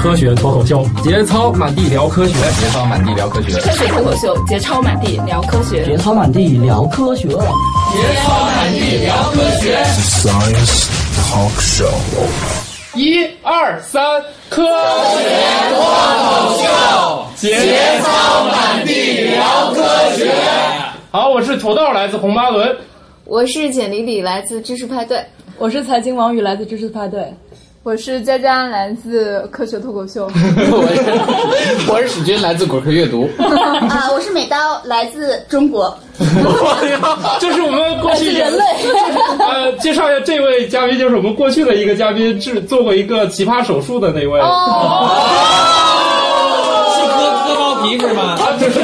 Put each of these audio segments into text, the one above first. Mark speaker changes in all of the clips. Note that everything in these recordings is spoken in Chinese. Speaker 1: 科学脱口秀，节操满地聊科学，
Speaker 2: 节操满地聊科学，
Speaker 3: 科学脱口秀，节操满地聊科学，
Speaker 4: 节操满地聊科学，节
Speaker 5: 操满地聊科学。
Speaker 6: Science Talk Show。
Speaker 5: 一二三，科
Speaker 7: 学脱口秀，节操满地聊科学。
Speaker 5: 好，我是土豆，来自红八轮。
Speaker 8: 我是简丽丽，来自知识派对。
Speaker 9: 我是财经王宇，来自知识派对。
Speaker 10: 我是佳佳，来自科学脱口秀。
Speaker 11: 我是我是史军，来自果壳阅读。
Speaker 12: 啊，我是美刀，来自中国。
Speaker 5: 这是我们过去
Speaker 9: 人类。
Speaker 5: 呃，介绍一下这位嘉宾，就是我们过去的一个嘉宾，制做过一个奇葩手术的那位。
Speaker 11: 哦，是割割包皮是吗？
Speaker 5: 啊， 不是，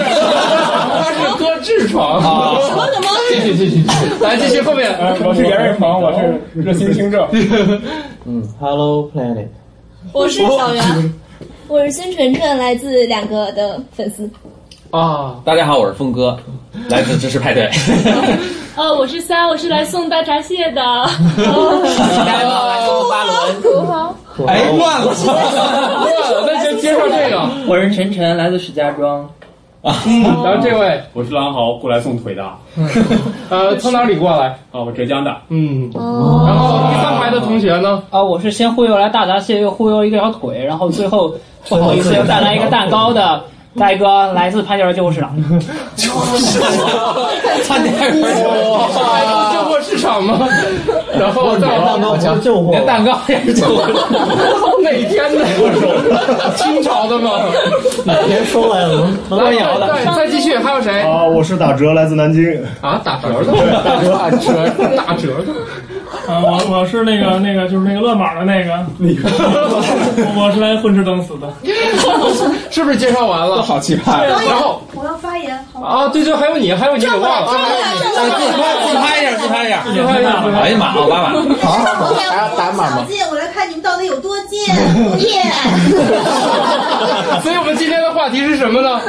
Speaker 5: 他是割痔疮。
Speaker 9: 什么什么？
Speaker 5: 继续继续继续，来继续后面。我是袁瑞鹏，我是热心听众。
Speaker 11: 嗯，Hello Planet，
Speaker 13: 我是小袁，我是孙晨晨，来自两个的粉丝。
Speaker 5: 啊，
Speaker 11: 大家好，我是峰哥，来自知识派对。
Speaker 14: 呃，我是三，我是来送大闸蟹的。
Speaker 11: 大家好，来送八轮。哎，
Speaker 5: 哦
Speaker 11: 乱了，
Speaker 5: 乱了，那就介绍这个。
Speaker 15: 我是晨晨，来自石家庄。
Speaker 5: 啊，然后这位，
Speaker 16: 我是郎豪，过来送腿的。
Speaker 5: 呃，从哪里过来？
Speaker 16: 啊，我浙江的。
Speaker 5: 嗯，然后第三排的同学呢？
Speaker 15: 啊，我是先忽悠来大闸蟹，又忽悠一条腿，然后最 后不好意思又带来一个蛋糕的戴哥，来自潘家园旧货市场。
Speaker 11: 旧货市
Speaker 5: 哦
Speaker 11: 场，潘家园
Speaker 5: 旧货市场吗？然后
Speaker 11: 蛋 糕是旧货，连蛋糕也是旧货。
Speaker 5: 哪天的？清朝 的吗？
Speaker 11: 别说了，
Speaker 5: 唐瑶的。再继续，还有谁？
Speaker 17: 啊，我是打折，来自南京。
Speaker 5: 啊，打折的，打折，打折，打折的。
Speaker 18: 啊，我我是那个那个，就是那个乱码的那个。我是来混吃等死的。
Speaker 5: 是不是介绍完了？
Speaker 11: 好奇葩。
Speaker 5: 然后
Speaker 19: 我要发言。
Speaker 5: 啊，对对，还有你，还有你，我忘了。
Speaker 11: 自拍一下，自拍一下，
Speaker 5: 自拍一下。
Speaker 11: 哎呀妈，奥巴马。好，还要打码吗？
Speaker 19: 近，我来看你们到底有多近。耶！
Speaker 5: 所以我们今天的话题是什么呢？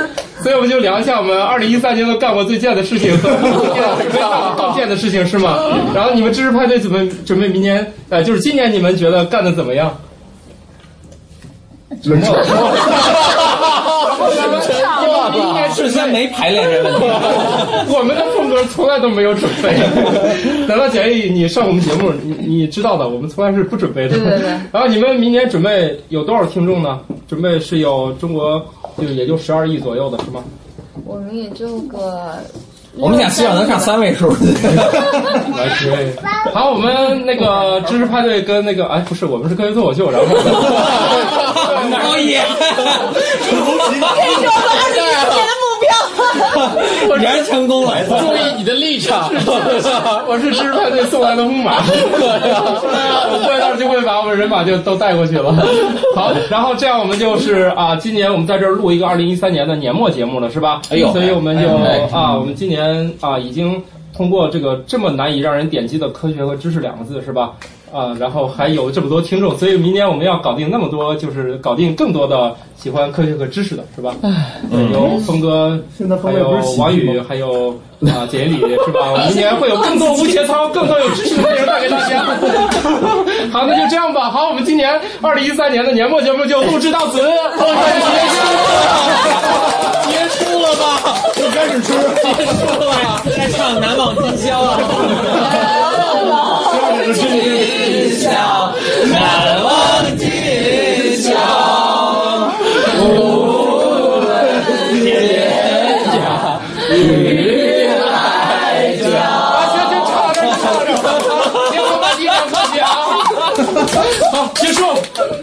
Speaker 5: 所以我们就聊一下我们二零一三年都干过最贱的事情和道歉的事情是吗？然后你们知识派对怎么准备明年？呃，就是今年你们觉得干的怎么样？
Speaker 17: 冷场。
Speaker 5: 应该
Speaker 11: 事先没排练这问题。
Speaker 5: 我们的风格从来都没有准备。难道简历你上我们节目，你你知道的，我们从来是不准备的。
Speaker 8: 对对对。
Speaker 5: 然后你们明年准备有多少听众呢？准备是有中国就也就十二亿左右的是吗？
Speaker 8: 我们也就个。
Speaker 11: 我们想希望能上三位数。
Speaker 5: 来，几位。好，我们那个知识派对跟那个哎，不是，我们是科学脱口秀，然后。
Speaker 11: 高一。
Speaker 9: 这是我们二零一年的目标。
Speaker 11: 果然成功了。
Speaker 5: 注意哎你的立 场。 我是知识派对送来的木马。过一段就会把我们人马就都带过去了。好，然后这样我们就是啊，今年我们在这儿录一个二零一三年的年末节目了，是吧？
Speaker 11: 哎呦，
Speaker 5: 所以我们就啊，我们今年啊已经。通过这个这么难以让人点击的“科学”和“知识”两个字，是吧？啊、呃，然后还有这么多听众，所以明年我们要搞定那么多，就是搞定更多的喜欢科学和知识的，是吧？嗯、有峰哥，还有王宇，还有啊简里，是吧？我们明年会有更多无节操、更多有知识的内容带给大家。 好，那就这样吧。好，我们今年二零一三年的年末节目就录制到此。
Speaker 11: 结束了吧？
Speaker 17: 就开始吃，
Speaker 11: 结束了吧？该上难忘今宵了。
Speaker 17: 难忘今
Speaker 7: 宵，难忘今宵，无论天涯与海角。
Speaker 5: 行行，唱着唱着，别我把你两颗脚。好，结束。